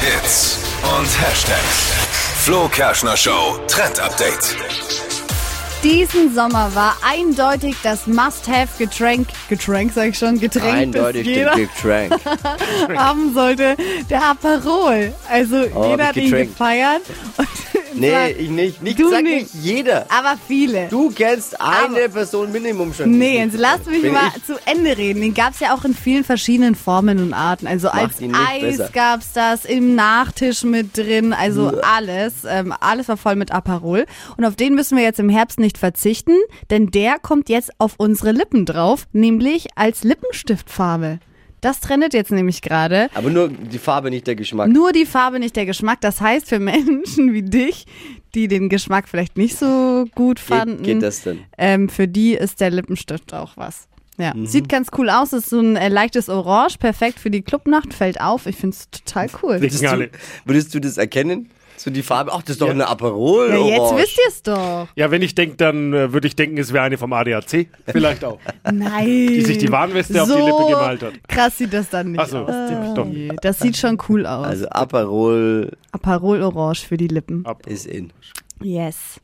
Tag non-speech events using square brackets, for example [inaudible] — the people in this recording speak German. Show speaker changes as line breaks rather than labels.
Hits und Hashtags. Flo Kerschner Show Trend Update.
Diesen Sommer war eindeutig das Must-Have-Getränk, Getränk sag ich schon, Getränk,
Eindeutig
das jeder
den
[laughs]
Getränk.
haben sollte, der Aperol. Also
Oh,
jeder
hab
hat
ich
ihn
getrinkt.
gefeiert. Und
Nee, ich nicht. nicht
Du
sag
nicht.
nicht jeder.
Aber viele.
Du kennst eine
Aber-
Person Minimum schon.
Nee, jetzt lass mich
Bin
mal
ich.
zu Ende reden. Den gab's ja auch in vielen verschiedenen Formen und Arten. Also als
ihn nicht
Eis
besser.
gab's das, im Nachtisch mit drin, also alles. Ähm, alles war voll mit Aperol. Und auf den müssen wir jetzt im Herbst nicht verzichten, denn der kommt jetzt auf unsere Lippen drauf, nämlich als Lippenstiftfarbe. Das trendet jetzt nämlich gerade.
Aber nur die Farbe, nicht der Geschmack.
Nur die Farbe, nicht der Geschmack. Das heißt für Menschen wie dich, die den Geschmack vielleicht nicht so gut fanden,
geht das denn?
Ähm, für die ist der Lippenstift auch was. Ja,
Mhm.
sieht ganz cool aus. Ist so ein äh, leichtes Orange, perfekt für die Clubnacht, fällt auf. Ich finde es total cool.
Würdest du,
alle.
würdest du das erkennen? So die Farbe. Ach, das ist doch eine Aperol.
Ja, jetzt
Orange.
wisst ihr es doch.
Ja, wenn ich denke, dann äh, würde ich denken, es wäre eine vom ADAC. Vielleicht auch.
Nein.
Die sich die Warnweste auf die
So
Lippe gemalt hat.
Krass sieht das dann nicht
Ach so,
aus.
doch.
Nee, Das sieht schon cool aus.
Also Aperol
Ah.
Aperol Orange für die Lippen.
ist in.
Yes.